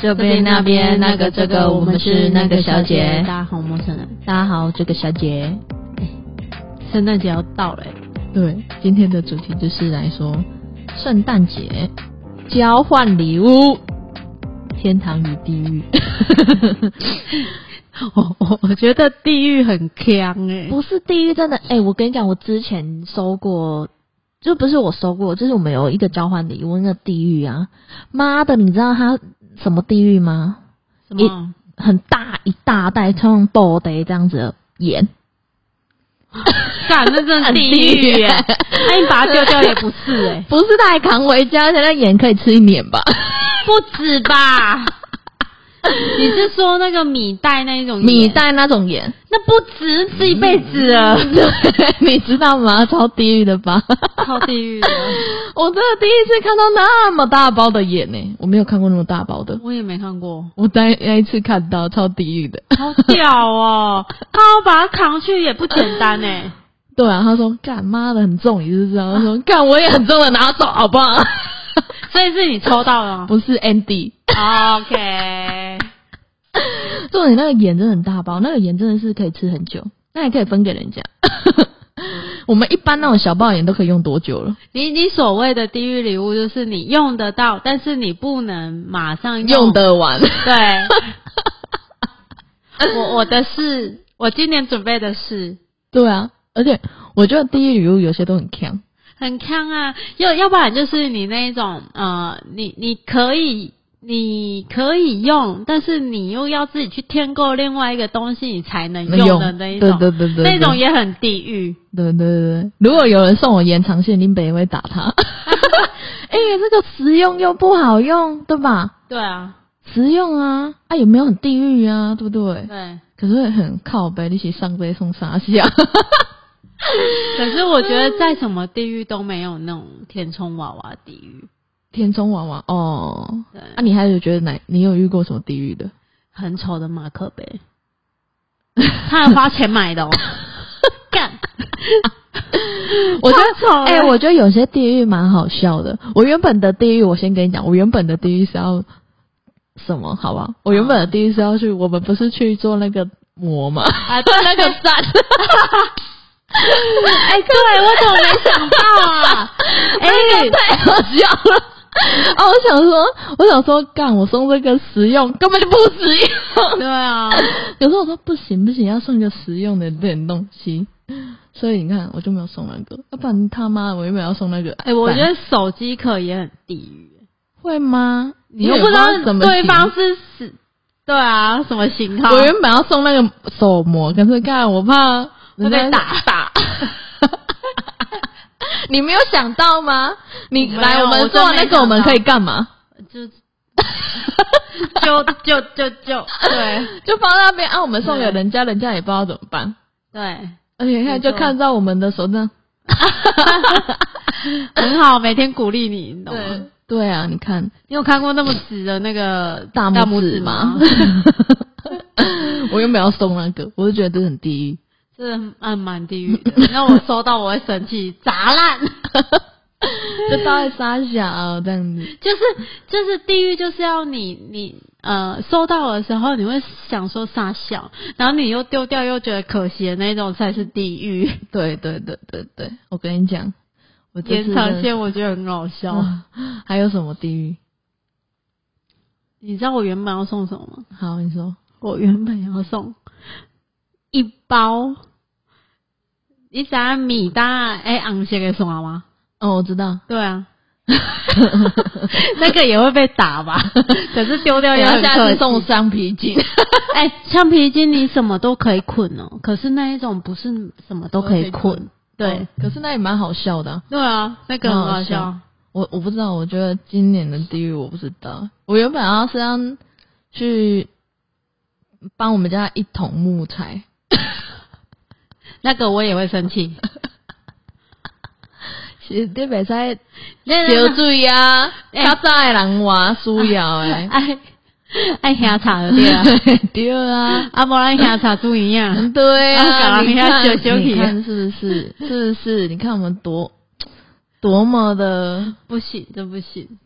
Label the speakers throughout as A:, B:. A: 这边那边那个这个，我们是那个小姐
B: 大。家好，我陌生人。
A: 大家好，这个小姐。
B: 圣诞节要到了、
A: 对，今天的主题就是来说圣诞节交换礼物，天堂与地狱。
B: 我我我觉得地狱很强哎、
A: 不是地狱，真的，哎、我跟你讲，我之前收过，就不是我收过，就是我们有一个交换礼物，那个地狱啊，妈的，你知道它什么地狱吗？
B: 什么？
A: 很大一大袋，像豆的这样子的盐，
B: 干，那真的地狱 耶、
A: 很地
B: 那、你把它丢掉也不 是哎、
A: 不是他还扛回家，而且那盐可以吃一年吧？
B: 不止吧？你是说那个米袋那一种？呃
A: 米，袋嗯那种盐，
B: 那不止，是一辈子了，
A: 对，你知道吗？超地狱的吧？
B: 超地狱的。
A: 我真的第一次看到那么大包的盐呢、我没有看过那么大包的。
B: 我也没看过，
A: 我那那一次看到超地狱的，
B: 好屌哦！他要把它扛去也不简单哎、
A: 对啊，他说干妈的很重，你知不知道？他说干我也很重的，拿走好不好？
B: 所以 是你抽到了吗哦
A: 不是 Andy，
B: ？OK，
A: 重点那个盐真的很大包，那个盐真的是可以吃很久，那也可以分给人家。 我们一般那种小包盐都可以用多久了？
B: 你你所谓的地狱礼物就是你用得到，但是你不能马上
A: 用。得完。
B: 对，我我的是，我今年准备的是
A: 对啊，而且我觉得地狱礼物有些都很强。
B: 很康啊，要要不然就是你那一种呃，你你可以。你可以用，但是你又要自己去添购另外一个东西，你才能用的那一种，
A: 对对对对，
B: 那种也很地狱。
A: 对对对对。如果有人送我延长线，林北也会打他。哎、这个实用又不好用，对吧？
B: 对啊，
A: 实用啊，啊有没有很地狱啊？对不对？
B: 对。
A: 可是很靠背，那些上辈送啥下？
B: 可是我觉得在什么地狱都没有那种填充娃娃地狱，
A: 田中娃娃哦，
B: 对，
A: 啊，你还有觉得哪？你有遇过什么地狱的？
B: 很丑的马克杯，他还花钱买 的哦， 干，
A: 我觉
B: 超丑欸
A: 得，
B: 的
A: 哎、我觉得有些地狱蛮好笑的。我原本的地狱，我先跟你讲，我原本的地狱是要什么？好吧，我原本的地狱是要去，我们不是去做那个膜 吗？
B: 啊，对
A: 那个赞，
B: 哎，对我怎么没想到啊？哎、
A: 那个太好笑 了。哦，我想说，我想说，干，我送这个实用，根本就不实用。
B: 对啊，
A: 有时候我说不行不行，要送一个实用的点东西。所以你看，我就没有送那个，啊要不然他妈的我原本要送那个。
B: 哎、我觉
A: 赞
B: 得手机壳也很地狱，
A: 会吗？
B: 你
A: 也
B: 又不知道
A: 怎么
B: 对
A: 行
B: 方是死，对啊，什么型号？
A: 我原本要送那个手膜，可是看我怕人家
B: 会被打啊
A: 打。 你没有想到吗？你
B: 我没有
A: 来，我们做完那个，我
B: 我真没想到
A: 们可以干嘛？
B: 就就就就就对
A: 就放在那边啊，我们送给人家，人家也不知道怎么办。
B: 对，
A: 而且现在就
B: 没错
A: 看到我们的手呢，
B: 很好，每天鼓励你，你懂吗？
A: 对对啊，你看
B: 你有看过那么直的那个
A: 大
B: 拇
A: 拇
B: 指
A: 嘛
B: 吗？，
A: 我原本要送那个，我就觉得这很地狱。
B: 这嗯蛮地狱的。 那我收到我会生气，砸烂。
A: 就大概撒小、哦、这样子，
B: 就是就是地狱，就是要你你呃收到的时候，你会想说傻笑，然后你又丢掉又觉得可惜的那种才是地狱。
A: 对对对对对，我跟你讲，我这次真
B: 延长
A: 的
B: 线我觉得很好笑。
A: 嗯还有什么地狱？
B: 你知道我原本要送什么吗？
A: 好，你说
B: 我原本要送一包，你知道米大哎红色的什么吗？
A: 哦，我知道。
B: 对 啊，那个也会被打 吧？可是丢掉也很
A: 下
B: 可
A: 次送
B: 惜。
A: 橡皮筋，
B: 哎、橡皮筋你什么都可以捆哦，可是那一种不是什么都可以捆。 对、
A: 啊哦可是那也蛮好笑的啊、
B: 对啊，那个很
A: 蛮好
B: 好
A: 笑
B: 笑。
A: 我我不知道，我觉得今年的地狱我不知道。我原本要是要去帮我们家一桶木材，
B: 那个我也会生 气。
A: 是你袂使
B: 那
A: 烧水啊，
B: 欸，
A: 较早的人话需要诶
B: 爱爱瞎吵的哎对啊，
A: 对啊，
B: 啊，无咱瞎吵猪一 样。
A: 对啊，
B: 啊
A: 你
B: 搞
A: 看
B: 到人家羞羞
A: 你
B: 气啊
A: 看是不是？是不是？你看我们多多么的
B: 不行，这不行。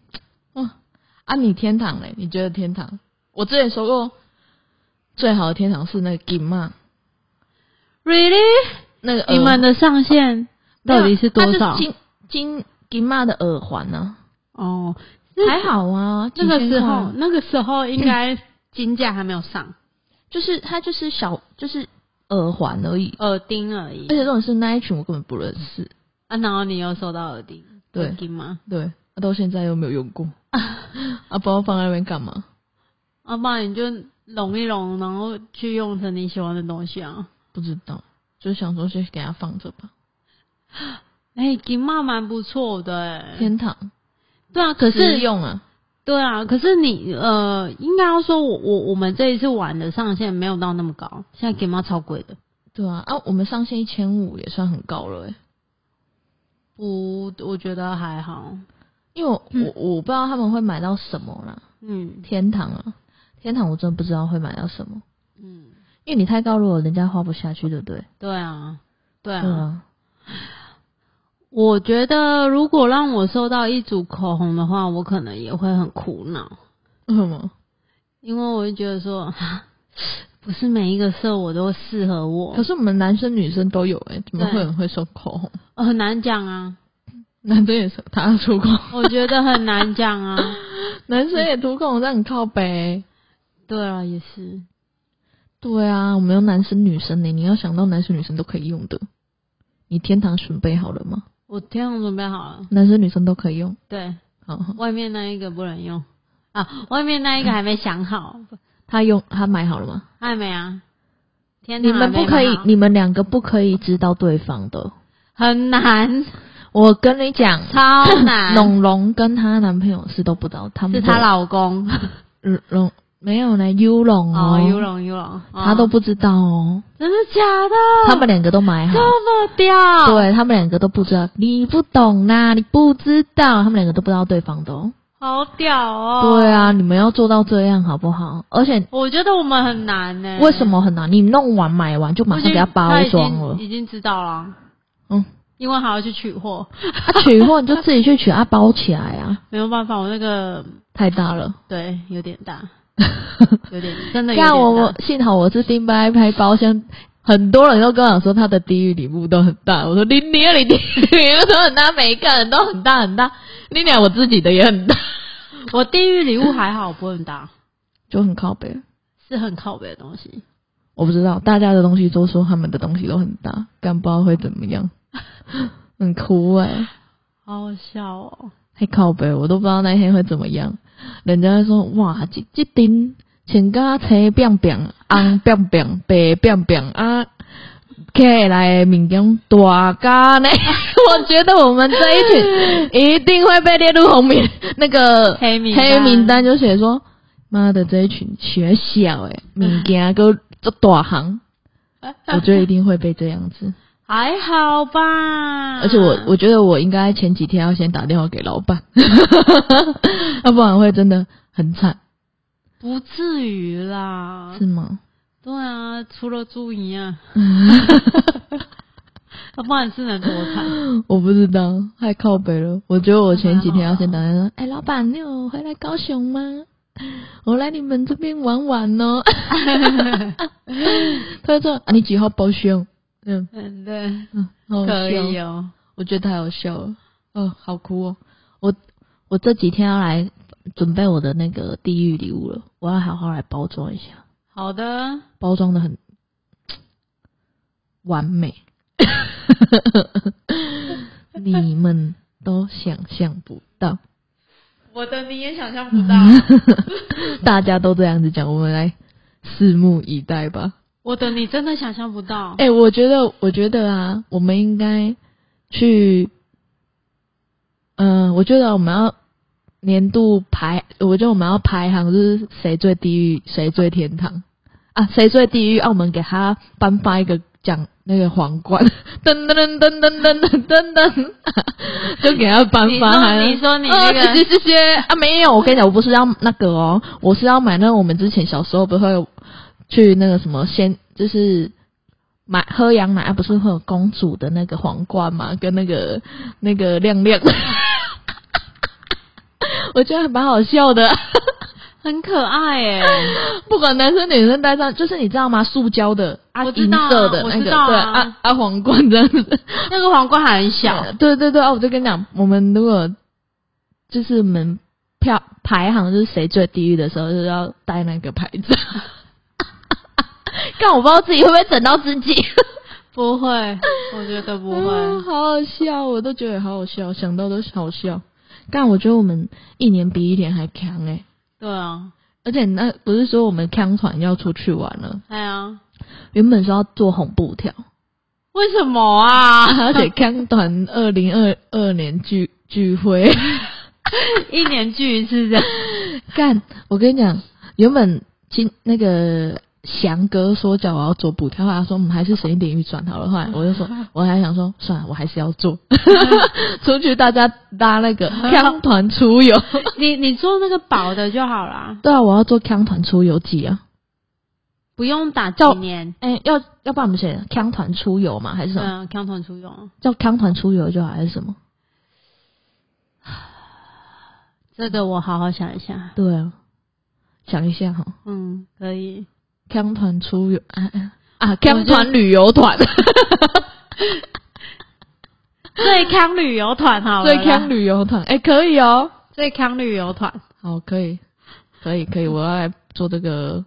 A: 哇！啊，你天堂嘞？你觉得天堂？我之前说过，最好的天堂是那个金嘛，
B: Really？
A: 那个
B: 你们的上限到底是多
A: 它
B: 少
A: 是？金金金嘛的耳环呢、
B: 哦，
A: 还好啊，
B: 那个
A: 几
B: 时
A: 千块
B: 候，那个时候应该金价还没有上，
A: 就是它就是小就是耳环而已，
B: 耳钉而已
A: 而。且这种是那一群我根本不认识，
B: 啊，然后你又收到耳钉，
A: 对
B: 耳钉吗？
A: 对，啊到现在又没有用 过，啊，把我放在那边干嘛？
B: 啊，不然你就拢一拢，然后去用成你喜欢的东西啊。
A: 不知道，就是想说先给它放着吧。
B: 哎、金嘛蛮不错的、欸，
A: 天堂，
B: 对啊，可
A: 实
B: 是
A: 用啊，
B: 对啊，可是你呃，应该要说我我我们这一次玩的上限没有到那么高，现在 g a m 超贵的，
A: 对啊，啊，我们上限一千五也算很高了、欸，嗯
B: 不，我觉得还好，
A: 因为我、
B: 嗯
A: 我我不知道他们会买到什么啦，
B: 嗯
A: 天堂啊，天堂我真的不知道会买到什么，
B: 嗯，
A: 因为你太高，如果人家花不下去，对不对？
B: 对啊，对啊，
A: 对啊，
B: 我觉得如果让我收到一组口红的话，我可能也会很苦恼，
A: 为什么？
B: 因为我会觉得说， 哈不是每一个色我都适合我
A: 可，是我们男生女生都有哎、欸，怎么
B: 对
A: 会很会收口红？
B: 呃很难讲啊，
A: 男生也是，他要涂口红，
B: 我觉得很难 讲啊，
A: 男生也涂口红，让你靠北欸。
B: 对啊，也是，
A: 对啊，我们有男生女生呢、你要想到男生女生都可以用的。你天堂准备好了吗？
B: 我天堂准备好了，
A: 男生女生都可以用。
B: 对。
A: 好，好
B: 外面那一个不能用啊，外面那一个还没想好，
A: 他用他买好了吗？
B: 还没啊？天
A: 你
B: 堂还
A: 们
B: 没
A: 不可以
B: 买好，
A: 你们两个不可以知道对方的。
B: 很难，
A: 我跟你讲，
B: 超 难，
A: 龙龙跟她男朋友是都不知道，他们
B: 是
A: 都
B: 她老公
A: 嗯龙没有呢，优龙
B: 哦
A: 哦，，
B: 优龙优龙，哦
A: 他都不知道哦，
B: 真的假的？
A: 他们两个都买好
B: 这。么屌，，
A: 对他们两个都不知道，你不懂啦，你不知道，他们两个都不知道对方的、哦。
B: 好屌哦！
A: 对，啊，你们要做到这样好不好？而且
B: 我觉得我们很难呢。
A: 为什？么很难？你弄完买完就马上给他包装了，
B: 已经知道了，
A: 嗯，
B: 因为还要去取货，
A: 啊，取货你就自己去取，啊，包起来啊，
B: 没有办法，我那个
A: 太大了。
B: 对有点大，有点真的有点
A: 像
B: 大。
A: 我我幸好我是丁白拍包厢，很多人都跟我讲说他的地狱礼物都很大，我说你你你地狱礼物都很大，每一个人都很大很大，你俩我自己的也很大，
B: 我地狱礼物还好，不会很大，
A: 就很靠北。
B: 是很靠北的东西。
A: 我不知道，大家的东西都说他们的东西都很大，但不知道会怎么样， 很哭哎、
B: 好好笑哦！
A: 还靠背，我都不知道那一天会怎么样。人家会说哇，这这顶请加车变变，红变变，白变变啊，客来的物件大咖呢。 我觉得我们这一群一定会被列入红名那个
B: 黑名
A: 黑名单，就写说妈的这一群学小诶，物件都做大 行，我觉得一定会被这样子。
B: 还好吧。
A: 而且我我觉得我应该前几天要先打电话给老板， 要不然会真的很惨，
B: 不至于啦
A: 是。吗？
B: 对啊，除了猪一 样，要不然是能多惨？
A: 我不知道，太靠北了。我觉得我前几天要先打电话
B: 哦
A: 说，哎、老板，你有回来高雄吗？我来你们这边玩玩 哦。他就说啊，你几号包厢？嗯
B: 嗯，对，
A: 嗯，好好笑
B: 可以哦。
A: 我觉得太好笑了，哦，好哭哦！我我这几天要来准备我的那个地狱礼物了，我要好好来包装一下，
B: 好的，
A: 包装的很完美， 你们都想象不到，
B: 我的你也想象不到，
A: 大家都这样子讲，我们来拭目以待吧。
B: 我的你真的想象不到。
A: 哎、我觉得，我觉得啊，我们应该去，嗯、我觉得我们要年度排，我觉得我们要排行，就是谁最地狱，谁最天堂啊，谁最地狱，啊，我们给他颁发一个奖，那个皇冠， 噔噔噔噔噔噔噔噔噔，就给他颁
B: 你
A: 发。
B: 说，你说你那
A: 哦谢
B: 个
A: 谢谢谢啊，没有，我跟你讲，我不是要那个哦，我是要买那个我们之前小时候不是会有去那个什么先就是买喝羊奶，啊、不是会有公主的那个皇冠嘛，跟那个那个亮亮。 我觉得还蛮好笑的。
B: 很可爱耶、
A: 不管男生女生戴上，就是你知道吗？塑胶的啊，
B: 我知
A: 银
B: 道啊
A: 色的
B: 我
A: 那个，
B: 知道啊
A: 对啊啊皇冠这样子。
B: 那个皇冠还很小，
A: 对对对啊！我就跟你讲，我们如果就是门票排行就是谁最地狱的时候，就是要戴那个牌子。 但我不知道自己会不会整到自己，
B: 不会，我觉得不
A: 嗯
B: 会。
A: 好好笑，我都觉得好好笑，想到都好笑。但我觉得我们一年比一年还强哎、
B: 对啊，
A: 而且那不是说我们康团要出去玩了，
B: 哎呀，
A: 原本是要做红布 条，
B: 为什么啊？
A: 而且康团二零二二年聚聚会，
B: 一年聚一次这样。
A: 干！我跟你讲，原本今那个翔哥说叫我要做布条，后来他说我们还是省一点预算好了。 后来我就说，我还想说，算了，我还是要 做。出去大家搭那个康团出 游，
B: 你你做那个薄的就好啦，
A: 对啊，我要做康团出游记啊。
B: 不用打几
A: 叫
B: 年，
A: 哎、要要不然我们写康团出游嘛，还是什么？
B: 嗯，康团出用
A: 叫康团出游就好，还是什么？
B: 这个我好好想一下。
A: 对啊，想一下哈，
B: 嗯，可以。
A: 康团出游啊啊啊，康团旅游团，
B: 最康旅游团好了
A: 对
B: 啦，，
A: 康旅游团，哎、可以哦。
B: 最康旅游团。
A: 好，可以，可以，可以，我要来做这个，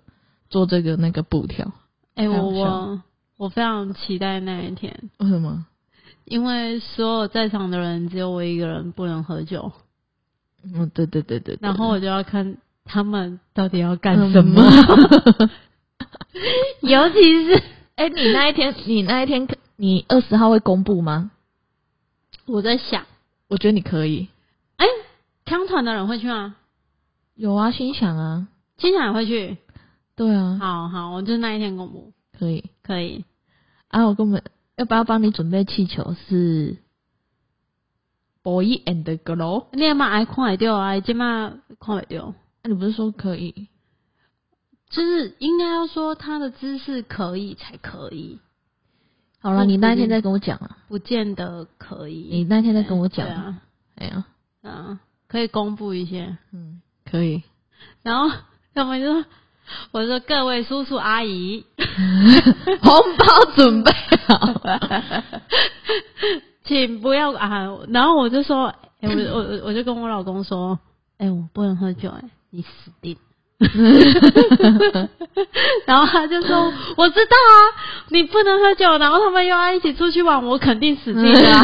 A: 做这个那个布条。
B: 哎、
A: 太
B: 我
A: 好笑了
B: 我我非常期待那一天，
A: 为什么？
B: 因为所有在场的人只有我一个人不能喝酒，
A: 嗯，对对对对对
B: 然后我就要看他们到底要干
A: 嗯
B: 什么， 尤其是
A: 哎、你那一天， 你那一天，你二十号会公布吗？
B: 我在想，
A: 我觉得你可以。
B: 哎、康团的人会去吗？
A: 有啊，心想啊，
B: 经常也会去，
A: 对啊，
B: 好好，我就那一天公布，
A: 可以
B: 可以。
A: 啊。我根本要不要帮你准备气球是？Boy and Girl，
B: 你也嘛爱看会到啊，即嘛看会到，
A: 那、啊你不是说可以？
B: 就是应该要说他的姿势可以才可以，
A: 好了，
B: 嗯
A: 你那一
B: 可以
A: 天再跟我讲啊。
B: 不见得可以。
A: 你那天再跟我讲
B: 对。啊，
A: 哎呀，
B: 嗯，可以公布一些。
A: 嗯，可以。
B: 然后他们就说：“我说各位叔叔阿姨，
A: 红包准备好。
B: 请不要啊。”然后我就说：“哎、我 我我我就跟我老公说，哎、我不能喝酒、哎，你死 定。”然后他就说：“我知道啊，你不能喝酒，然后他们又要一起出去玩，我肯定死定 了、啊。”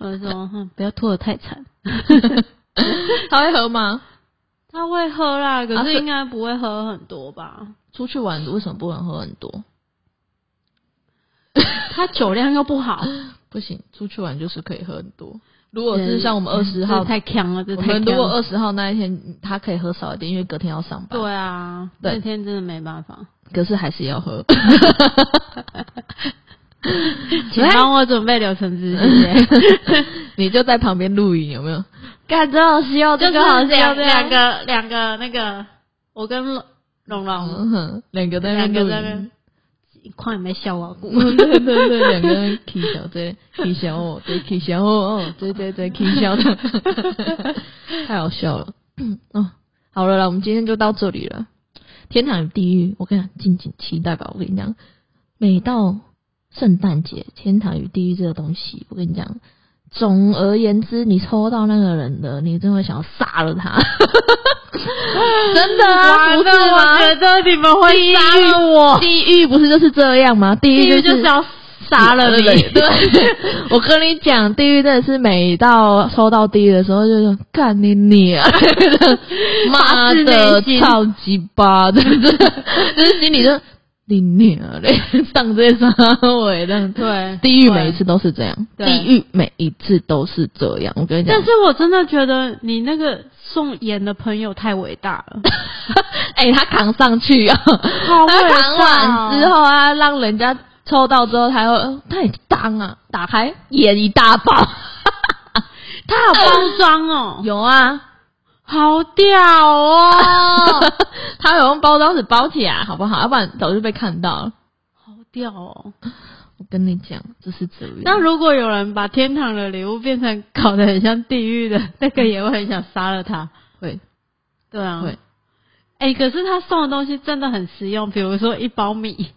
B: 我就说：“哼，不要拖得太惨。”
A: 他会喝吗？
B: 他会喝啦，可
A: 啊
B: 是
A: 是
B: 应该不会喝很多吧？
A: 出去玩为什么不能喝很多？
B: 他酒量又不好，
A: 不行，出去玩就是可以喝很多。如果是像我们二十
B: 呃这
A: 号，
B: 太强了，这
A: 我
B: 太
A: 们
B: 强
A: 如果
B: 了。
A: 二十号那一天他可以喝少一点，因为隔天要上班。，
B: 对啊，
A: 对
B: 那天真的没办法，
A: 可是还是要喝。
B: 请帮我准备柳橙汁，谢谢。
A: 你就在旁边录影，有没有？
B: 感觉好笑，
A: 这
B: 就
A: 个
B: 是
A: 好笑
B: 两
A: 对
B: 两个两个那个，我跟龙龙龙
A: 嗯哼，两个在那
B: 两
A: 边
B: 个
A: 录
B: 在那边
A: 影。
B: 一块没笑我过，
A: 对对对，两个人 K 小对 K 小哦，对 K 小哦，哦对对对 K 小的，太好笑了。 嗯，好了啦，我们今天就到这里了。天堂与地狱，我跟你讲，敬请期待吧。我跟你讲，每到圣诞节，天堂与地狱这个东西，我跟你讲，总而言之，你抽到那个人的，你真的会想要杀了 他。真的啊，不是吗
B: 我？觉得你们会杀了我，
A: 地狱不是就是这样吗？地
B: 地
A: 狱
B: 狱
A: 就
B: 就是是要杀了你，
A: 对， 我跟你讲，地狱真的是每到抽到地狱的时候，就是干你你啊， 妈的
B: 发自内心
A: 超级巴，真的 就是心里就你你啊嘞， 上这上尾这样。
B: 对，
A: 地狱每一次都是这样，
B: 对
A: 地狱每一次都是这样。我跟你讲
B: 但，是我真的觉得你那个送盐的朋友太伟大 了，
A: 哎、他扛上去啊，
B: 好
A: 他扛完之
B: 后，
A: 后啊，让人家抽到之后，他会呃他也当啊，打 开眼一大 爆。
B: 他好包装哦，
A: 有啊，
B: 好屌哦，
A: 他有用包装纸包起来，好不好？要不然早就被看到了。
B: 好屌哦，
A: 我跟你讲，这是自愿。
B: 那如果有人把天堂的礼物变成搞得很像地狱的，那个也会很想杀了他。
A: 会
B: 对啊，
A: 会，
B: 哎、可是他送的东西真的很实用，比如说一包米，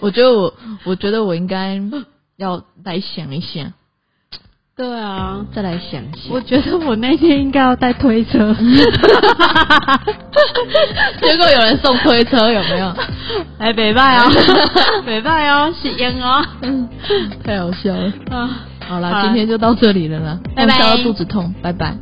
A: 我觉得我，我觉得我应该要来想一想，
B: 对啊。
A: 再来想一想
B: 我。觉得我那天应该要带推车，
A: 结果有人送推车，有没有？
B: 哎，北拜哦， 北拜哦，是烟哦，
A: 太好笑了。
B: 啊，
A: 好
B: 好啦
A: 啦，今天就到这里了啦，
B: 拜拜
A: 让大家肚子痛，拜拜。